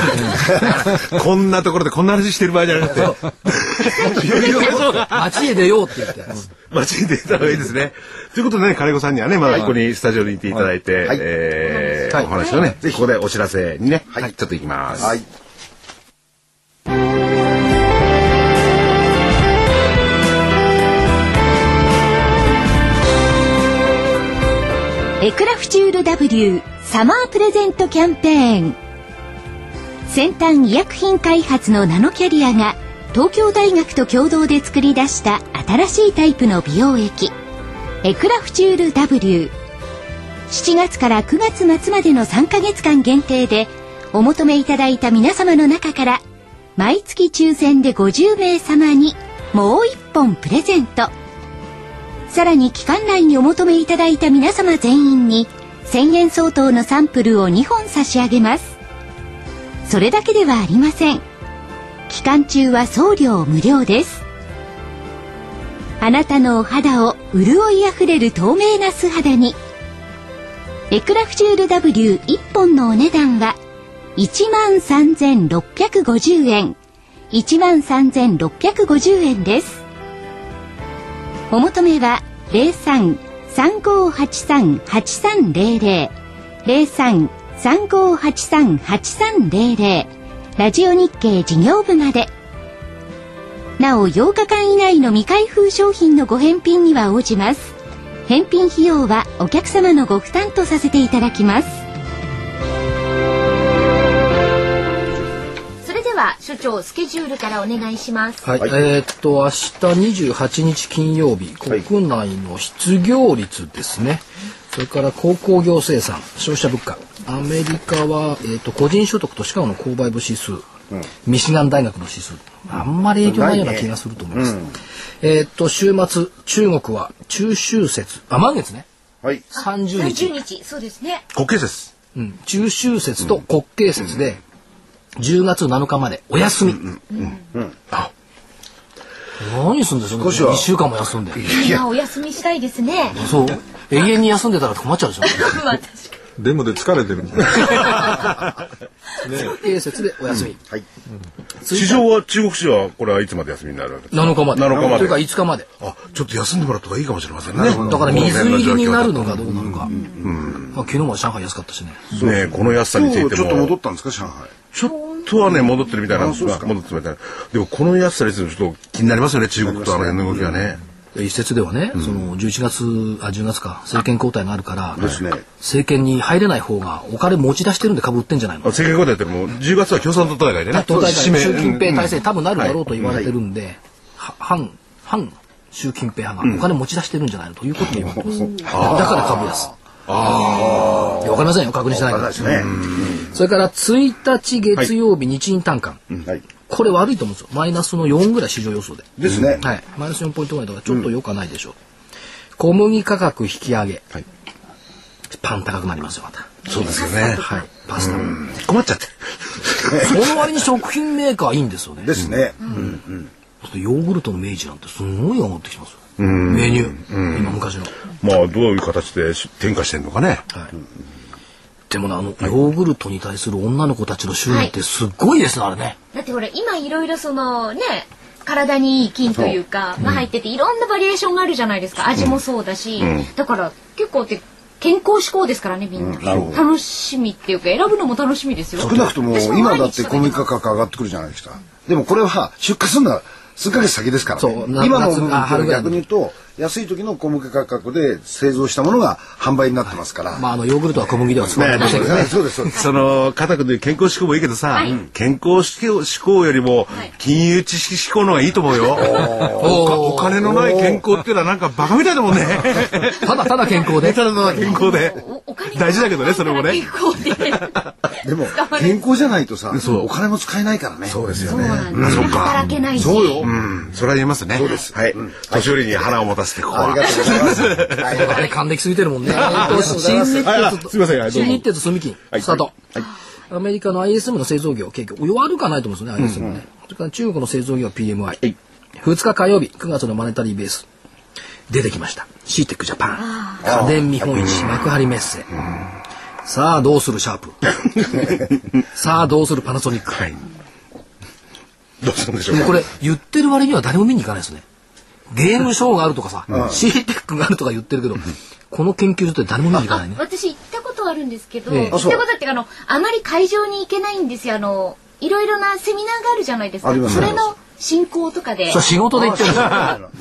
か。
こんなところでこんな話してる場合じゃなくて、
街へ出ようって言って。
街に出た方がいいですね。ということでね、金子さんにはね、まあ、ここにスタジオにいていただいて、えーお話をね、ぜひここでお知らせにね、ちょっと行きます。
はい。
エクラフチュール W サマープレゼントキャンペーン先端医薬品開発のナノキャリアが東京大学と共同で作り出した新しいタイプの美容液エクラフチュール W7 月から9月末までの3ヶ月間限定でお求めいただいた皆様の中から毎月抽選で50名様にもう1本プレゼントさらに期間内にお求めいただいた皆様全員に1000円相当のサンプルを2本差し上げます。それだけではありません。期間中は送料無料です。あなたのお肌を潤いあふれる透明な素肌に。エクラフチュール W1 本のお値段は13,650円。13,650円です。お求めは03-3583-8300 03-3583-8300ラジオ日経事業部までなお8日間以内の未開封商品のご返品には応じます返品費用はお客様のご負担とさせていただきます
それでは所長スケジュールからお願いします。
はい、えーっと明日28日金曜日国内の失業率ですね、それから鉱工業生産消費者物価アメリカは、えーっと個人所得とシカゴの購買部指数、ミシガン大学の指数あんまり影響ないような気がすると思います、えーっと週末中国は中秋節あ満月ね
はい。
30日
30日、そうですね。
国慶節。
うん、中秋節と国慶節で、10月7日までお休み。あ何すんですよ、
少しは
1週間も休んで。
みんなお休みしたいですね。
そう。永遠に休んでたら困っちゃうでしょ。
まあ確か
デモで疲れてるんだ
国慶節でお休み。
はい。
市場は中国市は、これはいつまで休みになるわけですか
7日まで。
7日ま
というか
で。
5日まで。
あ、ちょっと休んでもらった方がいいかもしれませんね。
だから水入りになるのかどうなのか。まあ、昨日も上海安かったしね。
ねこの安さ
今
につ
日
いて
ちょっと
も
戻っ。たんですか上海。
ちょっとはね、戻ってるみたいなんですが、戻ってるみたいな。でも、この安さについてちょっと気になりますよね、中国とあの辺の動きはね。
一説ではね、その11月、あ、10月か、政権交代があるから、
ですね。
政権に入れない方がお金持ち出してるんで株売ってんじゃないの
あ政権交代ってもう、10月は共産党大会でね、
党大会
指名
習近平体制
うん
多分なるだろうと言われてるんで、は反反習近平派がお金持ち出してるんじゃないのということも言われてます。だから株安。いやわかりませんよ確認してないか
あれ
ら
です。ね。
それから1日月曜日日銀短観、
はい。
これ悪いと思うんですよ。マイナスの4ぐらい市場予想で。
ですね。
はい、マイナス4ポイントぐらいだからちょっと良くはないでしょう、小麦価格引き上げ、パン高くなりますよまた
そうですよね。
はい、パスタも。
困っちゃって。
その割に食品メーカーいいんですよね。
ですね。
ちょっとヨーグルトの明治なんてすごい上がってきてますよ。メニュー。今昔の。
まあ、どういう形で転化してんのかね。
はい。でもね、あの、ヨーグルトに対する女の子たちの執念ってすごいですね、あれね。
だってほら今いろいろそのね体にいい菌というかが入ってていろんなバリエーションがあるじゃないですか味もそうだし、だから結構って健康志向ですからねみんな、
なるほど
楽しみっていうか選ぶのも楽しみですよ
少なくとも
私
今だっ
毎日
て
食べ
小麦価格上がってくるじゃないですか。でもこれは出荷するのは数ヶ月先ですから、
そうな
今の
夏あ春ぐらい
逆に言うと安い時の小麦価格で製造したものが販売になってますから。
まあ、あの、ヨーグルトは小麦では使われませんけどね。
そうですそうです。
その、肩くんで健康志向もいいけどさ、
はい
健康志向志向よりも、金融知識志向の方がいいと思うよ。おかお金のない健康っていうのはなんかバカみたいだもんね。
ただただ健康で。
ただの健康で
おお金。が
大事だけどね、それもね。
健康で
でも
頑張れ
健康じゃないとさ、お金も使えないからね。
そうですよ
そう
ね。
なんです
そ
ね
っか
働。けないし
そうよ。
うん、それは言えますね。そうです。はい。年寄りに腹を持たせて、ここ
ありが
は。
とうございます。はい
あれ、還暦過ぎてるも んね。新日
あ
鉄
すいませんはいどうぞ
新日鉄住金、
はい
スタート。アメリカの ISM の製造業、景況、悪くはないと思うんですよね、ISM ね。それから中国の製造業 PMI。2日火曜日、9月のマネタリーベース。出てきました。シーテックジャパン。家電見本市、幕張メッセ。さあ、どうするシャープ。 さあ、どうするパナソニック。
はい。どうするんでしょう
で
か。
もこれ、言ってる割には誰も見に行かないですね。ゲームショーがあるとかさ、シーテックがあるとか言ってるけど、この研究所って誰も見に行かないね。
私行ったことあるんですけど、
ええ
行ったことあってあのあまり会場に行けないんですよあのいろいろなセミナーがあるじゃないですか
あります
それの進行とかでい
それ仕事で行ってるんですよ。
や合間に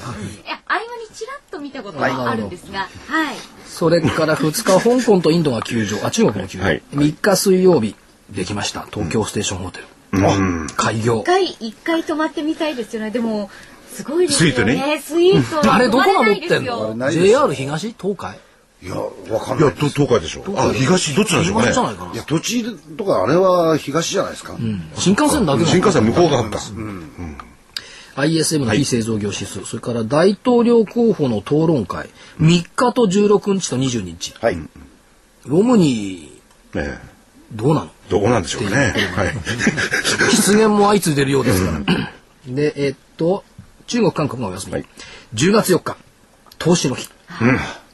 ちらっと見たことがあるんですがはい
それから2日、香港とインドが休場、あ、中国も休場。
はい
3日水曜日、できました。東京ステーションホテル。開業
一。回一回泊まってみたいですよねでもすごいですよねスイート
あれ、どこが
泊ま
持
れ
っ
ないで
て
す
ん
よ
の
ないです
?JR 東東海
いや、わかん
い
な
や、
い。
ど東海でしょう。あ、東、どっちなんでしょう
東じゃな
か
い
ね。
か
い
な。
や、土地とかあれは東じゃないですか。
新幹線だけじゃ
新
ない
幹線は向こう側か。
ISM の非製造業指数、それから大統領候補の討論会、3日と16日と22日。
はい。
ロムニ
ええ
ー、どうなの
どうなんでしょうかね。はい。
失言も相次いでるようですから。で、えっと、中国、韓国がお休み。10月4日、投資の日。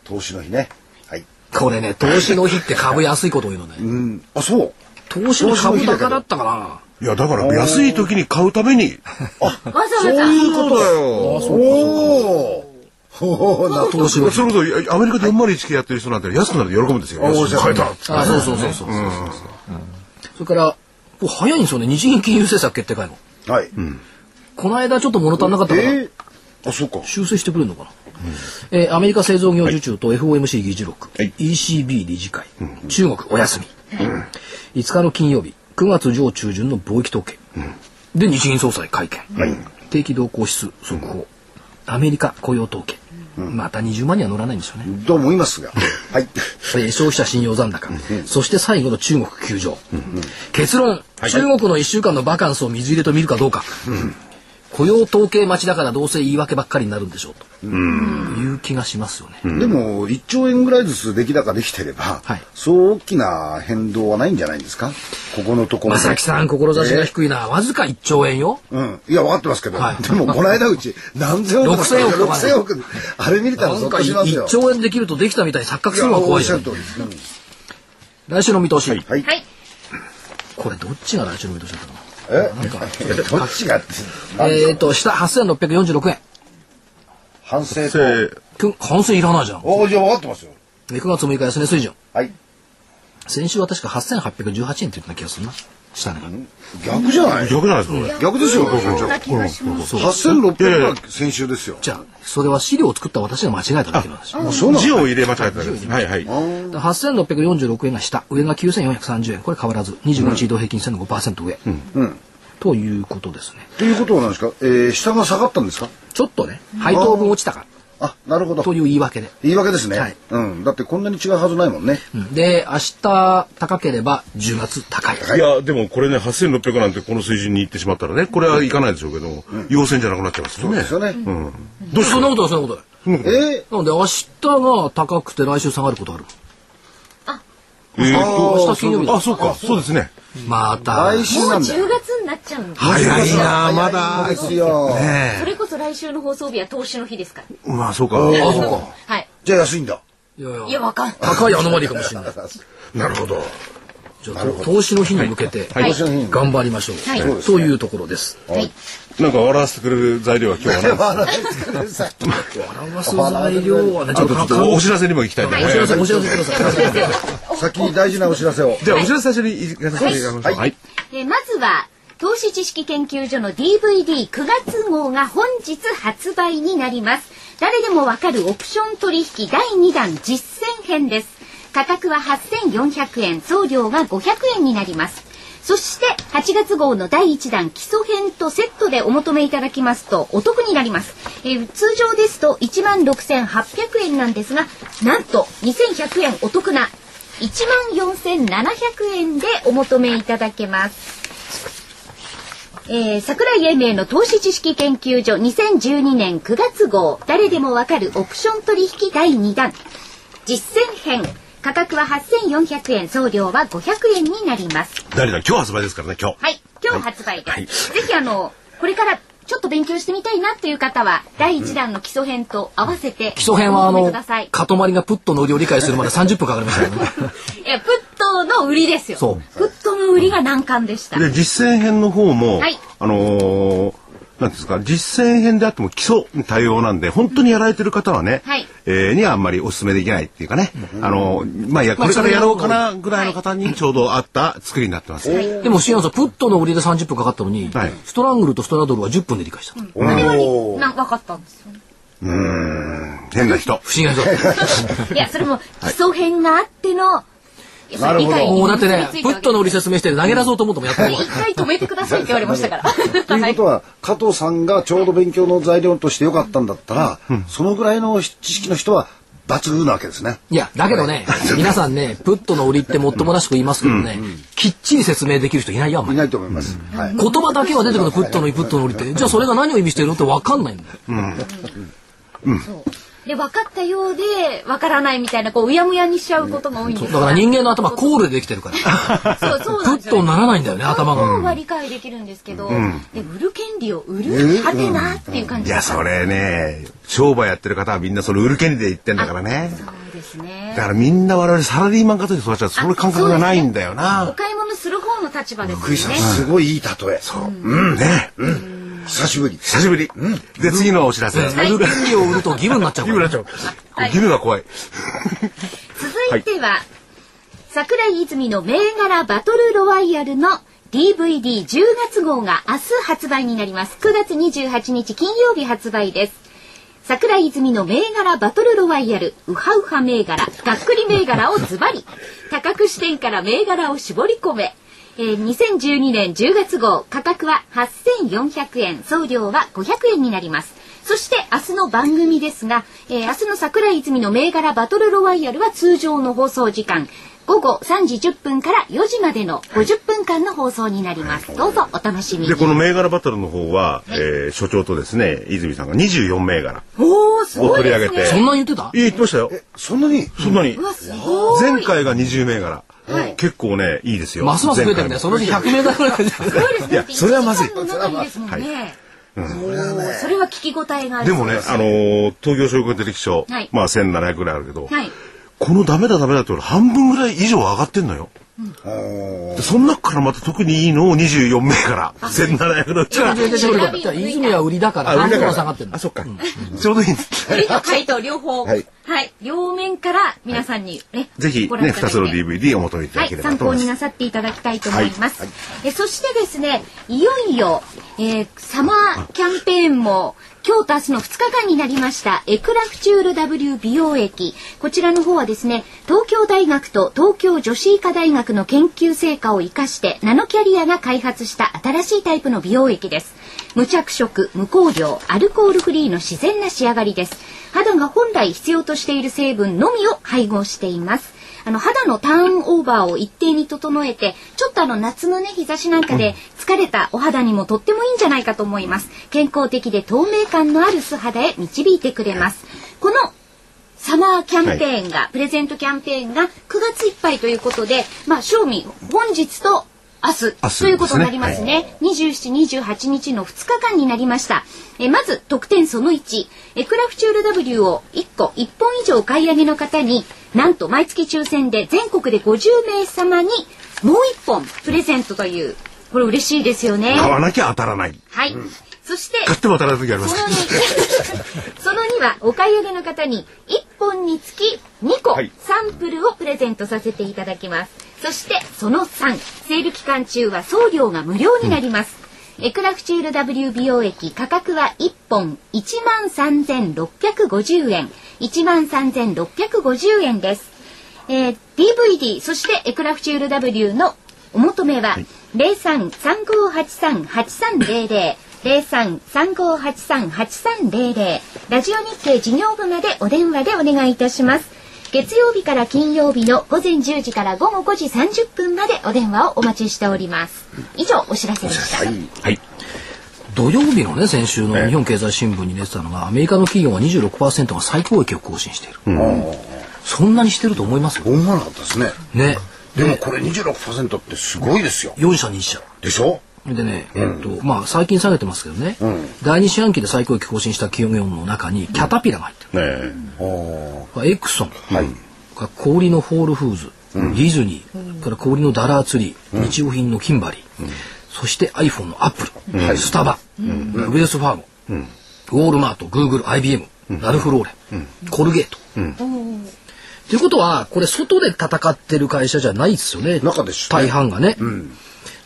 投資の日ね。はい。
これね、投資の日って株安いことを言うのね。
うん。あ、そう。
投資の株高だったか
いや、だから、安い時に買うために。
わざわ
そう
ざ
いうことだよ。
おお。ほうな
な。投資の日。
それこそ、アメリカで401系やってる人なんて安くなると喜ぶんですよ。
お
安
じゃ
く
あ
買えた。
あ、そうそうそうそうそうそうそう。それから、これ早いんですよね、日銀金融政策決定会合。
はい。
この間ちょっと物足んなかった
え
から、
ーあ、そうか。
修正してくれるのかな。えーアメリカ製造業受注と FOMC 議事録、ECB 理事会、中国お休み、5日の金曜日、9月上中旬の貿易統計、で日銀総裁会見、定期動向指数速報、アメリカ雇用統計、また20万には乗らないんですよね。
どう思いますが。 はい。
えー消費者信用残高、そして最後の中国休場、結論、中国の1週間のバカンスを水入れと見るかどうか、雇用統計待ちだからどうせ言い訳ばっかりになるんでしょうという気がしますよね。
でも、1兆円ぐらいずつ出来高できてれば
はい、
そう大きな変動はないんじゃないですか。ここのところ。
正木さん、志が低いな、わずか1兆円よ。
うん。いや、分かってますけど、
はい
でも、この間うち、何千億だった
6000億とかね
6000億。あれ見れたら
な
ゾ
ん
ッ
か
としますよ。
1兆円できるとできたみたいに錯覚する
い
の
や
が
お
怖
っ
い
しゃ
よ
る通りです。うん
来週の見通し、
はい。
はい
これどっちが来週の見通しだったかな
え
なんか
どっちがって、
えーと、下8646円。
反省と。
せー
くん完成いらないじゃん。
おお、じゃあ分かってますよ。
9月6日安値水準。
はい。
先週は確か8818円って言った気がするな。したね。
逆じゃない
逆なんですよ、これ。
逆ですよ、これ
そん
じゃ
な
あ
気がします
8600は先週ですよ。
じゃあ、それは資料を作った私が間違えただけの話。
あそうな
字
の
を入れ間違えただけです。はいはい。
8646円が下、上が9430円。これ変わらず、25日移動平均線の5%上。ということですね。
ということはなんですかえー下が下がったんですか
ちょっとね、配当分落ちたか
あ、なるほど
ら。という言い訳で。
言い訳ですね、
はい
うん。だってこんなに違うはずないもんね。
うんで、明日高ければ10月高い。
いや、でもこれね、8600なんてこの水準に行ってしまったらね、これはいかないでしょうけども、陽線じゃなくなっちゃいますよね。
ですよね。
どうそんなことはそんなことない
えー
なんで明日が高くて来週下がることある。
あ
えーと
明日金曜日だ
あ、そうか。そうですね。
また
来週なんだよ
10月になっちゃうんです
早いなま
そう
だ。
ですよ
それこそ来週の放送日は投資の日ですから。
まあ、そうか。
あそうか
はい。
じゃあ安いんだ
いやいや
いや、わかんない。
高いアノマリーかもしれない。
なるほど。
ちょっと投資の日に向け て、
い
頑張りましょう、
はい
とそういうところです。
はい。
なんか笑わせてくれる材料は今日はない。
笑いつください
笑わす材料はね、ちょ
あ
っと
とちょっ
か
とお
お知
知らせにも行きたいんでね。
らせ、お知らせください。
先に大事なお知らせを
じゃあ、お知らせ最初に行かせていただきましょう。はい。
えーまずは投資知識研究所の DVD9 月号が本日発売になります誰でもわかるオプション取引第2弾実践編です価格は8400円送料が500円になりますそして8月号の第1弾基礎編とセットでお求めいただきますとお得になります、えー通常ですと16,800円なんですがなんと2100円お得な1万4700円でお求めいただけます。えー、桜井英明の投資知識研究所2012年9月号誰でもわかるオプション取引第2弾実践編価格は8400円送料は500円になります
誰だ今日発売ですからね、今日。
はい今日発売です、ぜひあのこれからちょっと勉強してみたいなという方は第1弾の基礎編と合わせて
基礎編は、あ
お求め
の、
ください
かとまりがプットの売りを理解するまで30分かかりましたけどね。
いや、プットの売りですよ。
そう
プットの売りが難関でした。
で、実践編の方も、
はい
あのーなんていうんですか実践編であっても基礎に対応なんで本当にやられてる方はね、
はい
えーにはあんまりお勧めできないっていうかね、あのーまあいやこれからやろうかなぐらいの方にちょうど合った作りになってます、
でも、シアンさん、プットの売りで30分かかったのに、
はい
ストラングルとストラドルは10分で理解した。
あれはね、なんわかったんですよね。
変な人
不思議な人だった。
いや、それも基礎編があっての、いやそれ理解に
もうだってね
結
プ
び、ついたわ
ッ
け
トの売り説明して投げ出そうと思ってもやっても
一回止めてく ださいって言われましたから。
ということは加藤さんがちょうど勉強の材料としてよかったんだったら、そのぐらいの知識の人は抜群なわけですね。
いや、だけどね、皆さんね、プットの売りってもっともらしく言いますけどね、きっちり説明できる人いないよ、あんま
い
り。
ないと思います。はい。
言葉だけは出てくるのプットの売り、プットの売りって。じゃあ、それが何を意味してるのって分かんないんだよ。
で、分かったようで、分からないみたいな、こう、うやむやにしちゃうことが多いんです
だから人間の頭、コールでできてるから。
そう、そう
プ
なん
ッ
ですよ
トにならないんだよね、頭
本
が。
は理解できるんですけど、で売る権利を売るはてなっていう感
い
じ
やそれね商売やってる方はみんなそれ売る権利で言ってんだからね
そうですね
だからみんな我々サラリーマン方で育っちゃうその感覚がないんだよ
お
な
買い物する方の立場ですよ
クリさん、
ね。
すごいいい例え。そう。
うんね
久しぶり。
久しぶりで次のお知らせ
売る権利を売ると義務になっちゃうから。
義務が怖い
続いては、桜井泉の銘柄バトルロワイヤルの DVD10 月号が明日発売になります。9月28日金曜日発売です。桜井泉の銘柄バトルロワイヤル、ウハウハ銘柄、がっくり銘柄をズバリ、多角視点から銘柄を絞り込め、えー2012年10月号、価格は8400円、送料は500円になります。そして明日の番組ですが、えー明日の桜井泉の銘柄バトルロワイヤルは通常の放送時間、午後3時10分から4時までの50分間の放送になります。どうぞお楽しみに
で。この銘柄バトルの方は、えー所長とですね泉さんが24銘柄
おー、す
を
ごい
取り
で
上
す
げて
ね。
そんなに言ってた
いや言ってましたよ
そんなに
そんなに
うわ、すごい。
前回が20銘柄、
はい
結構ねいいですよ
ますます増えてるね。
前
そ
回も
のうち100名だぐらいかじゃない
そうですね。
いやそれはまずい
1時間の中にですもんね。おーそれは聞き応えがある。
でもね、あのー東京商工取引所、
はい
まあ1700ぐらいあるけど、
はい。
このダメだダメだって俺半分ぐらい以上上がってんのよ。でその中からまた特にいいのを24銘柄1700のうちから
出てくるから。だから泉は売りだから、半分は下がってる
あそっか、ちょうどいいんです
売りと買いと両方。は
はいい。
両面から皆さんにね。
ぜひ
ご覧
ね
いただ
2
い
つ
て
の DVD をお求めいただ
はい
け、れば
参
と思
考
いま
に
す、
なさっていただきたいと思います。えそしてですね、いよいよ、えーサマーキャンペーンも今日と明日の2日間になりました、エクラフチュール W 美容液。こちらの方はですね、東京大学と東京女子医科大学の研究成果を生かして、ナノキャリアが開発した新しいタイプの美容液です。無着色、無香料、アルコールフリーの自然な仕上がりです。肌が本来必要としている成分のみを配合しています。あの肌のターンオーバーを一定に整えてちょっとあの夏のね日差しなんかで疲れたお肌にもとってもいいんじゃないかと思います健康的で透明感のある素肌へ導いてくれますこのサマーキャンペーンが、プレゼントキャンペーンが9月いっぱいということで、まあ、賞味、本日と明日
明日
ということになりますね。27、28日の2日間になりました。えーまず、特典その1、えークラフチュール W を1個、1本以上お買い上げの方に、なんと毎月抽選で全国で50名様にもう1本プレゼントという、これ嬉しいですよね。
買わなきゃ当たらない。
はい。そして、
買っても当たらない時あります。
その2、その2はお買い上げの方に1本につき2個
はい
サンプルをプレゼントさせていただきます。そしてその3、セール期間中は送料が無料になります。エクラフチュール W 美容液価格は1本13,650円。13,650円です。えー DVD そしてエクラフチュール W のお求めは、零三三五八三八三零零零三三五八三八三零零ラジオ日経事業部までお電話でお願いいたします。月曜日から金曜日の午前10時から午後5時30分までお電話をお待ちしております。以上お知らせでした。
はい。
土曜日のね先週
え
の
え
日本経済新聞に出てたのがアメリカの企業は26%が最高益を更新している、そんなにしてると思いますよ
思わなかったですね。
ね
でもこれ26%ってすごいですよ。
4社に1社
でしょ
でね、えっとまあ、最近下げてますけどね、第2四半期で最高益更新した企業の中にキャタピラが入ってる、
ねえ。
エクソン、が氷のホールフーズ、ディズニー、それから氷のダラーツリー、日用品のキンバリー、そして iPhone のアップル、スタバ、ウエスファーゴ、ウォールマート、グーグル、IBM、ラルフローレン、コルゲート。ということは、これ外で戦ってる会社じゃないですよね。
中でしょ
大半がね。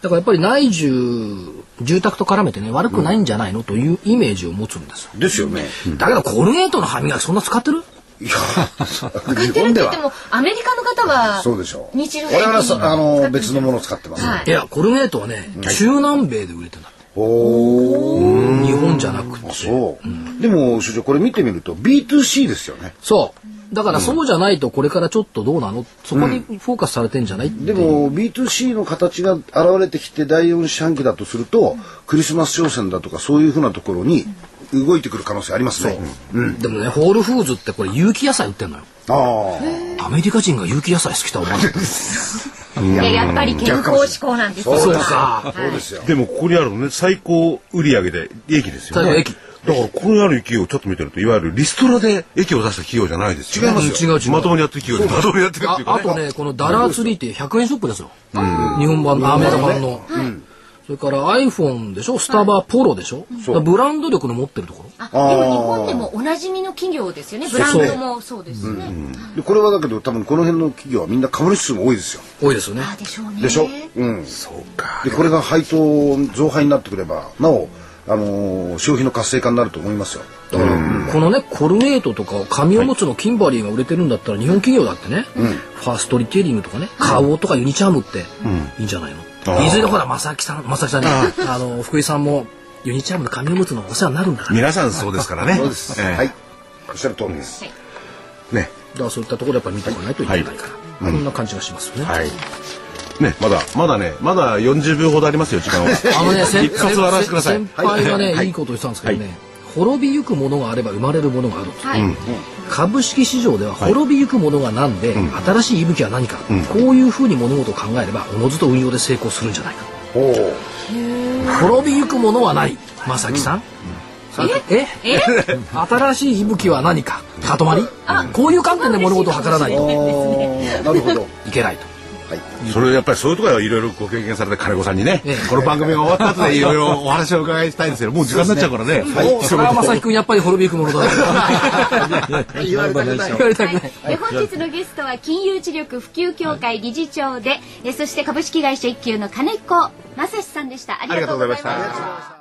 だからやっぱり内需、住宅と絡めてね、悪くないんじゃないのというイメージを持つんですよ。
ですよね。
だけど、コルゲートの歯磨きそんな使ってる
いや、
使
日
ってるっ
本
て
で
言って
は。
もアメリカの方は
そうでしょう。
日常的
我
に
々はさあの、別のものを使ってます。
はい
いや、コルゲートはね、中南米で売れてんだって
おー。
日本じゃなくて。
そう。でも、所長、これ見てみると、B2C ですよね。
そう。だからそうじゃないとこれからちょっとどうなのそこにフォーカスされてんじゃないって
でも B2C の形が現れてきて第4四半期だとするとクリスマス商戦だとかそういうふうなところに動いてくる可能性ありますね。うん
でもね、ホールフーズってこれ有機野菜売ってんのよ。
ああ
アメリカ人が有機野菜好きとは 思わなかった。
いややっぱり健康志向なんですよ。
そうか。
そうですよ。
でもここにあるのね、最高売上で利益ですよね。
最高益
だからここにある企業をちょっと見てると、いわゆるリストラで益を出した企業じゃないですよ、ね。
違いますよ違う違う
まともにやってる企業でまともにやってるっ
あ
ていうか、
あとね、このダラーツリーって100円ショップですよ。日本版のアメリカ版の。それから iPhone でしょスタバ、ポロでしょだからブランド力の持ってるところ。
あでも日本でもおなじみの企業ですよね。ブランドもそうですよね。
でこれはだけど多分この辺の企業はみんな株主数も多いですよ。
多いですよね。
あでしょうね。
でしょ。うん。
そうか。
でこれが配当増配になってくればなおあのー消費の活性化になると思いますよ。
だからこのねコルネートとか紙おむつのキンバリーが売れてるんだったら日本企業だってね、ファーストリテイリングとかね花王とかユニチャームっていいんじゃないの、いずれほら正木さん正木さんねあの福井さんもユニチャームの紙おむつのお世話になるんだからだ
皆さんそうですからね。
そうです。
ええ
はい。おっしゃる通りです。
ね。
からそういったところやっぱり見ていかないといけないから、こんな感じがしますよね、
はい。ね、まだ、まだね、まだ40秒ほどありますよ、時間は。
あのね先
一発表してください
先輩がね、
はい
い、いこと言ってたんですけどね、滅びゆくものがあれば生まれるものがあると、株式市場では滅びゆくものが何で、新しい息吹は何か、こういうふうに物事を考えればおのずと運用で成功するんじゃないか
おお。
滅びゆくものはない正木さん、さえ新しい息吹は何かかとまりこういう観点で物事を図らないと
あーなるほど。
いけないと
それやっぱりそういうところはいろいろご経験された金子さんにね
ええ、
この番組が終わった後でいろいろお話を伺いしたいんですけど、もう時間になっちゃうからね。
おそれは正木君やっぱり滅びゆくものだな
言われたくない
言。われたくない
で本日のゲストは金融知力普及協会理事長で、えそして株式会社一級の金子正史さんでした。ありがとうございました。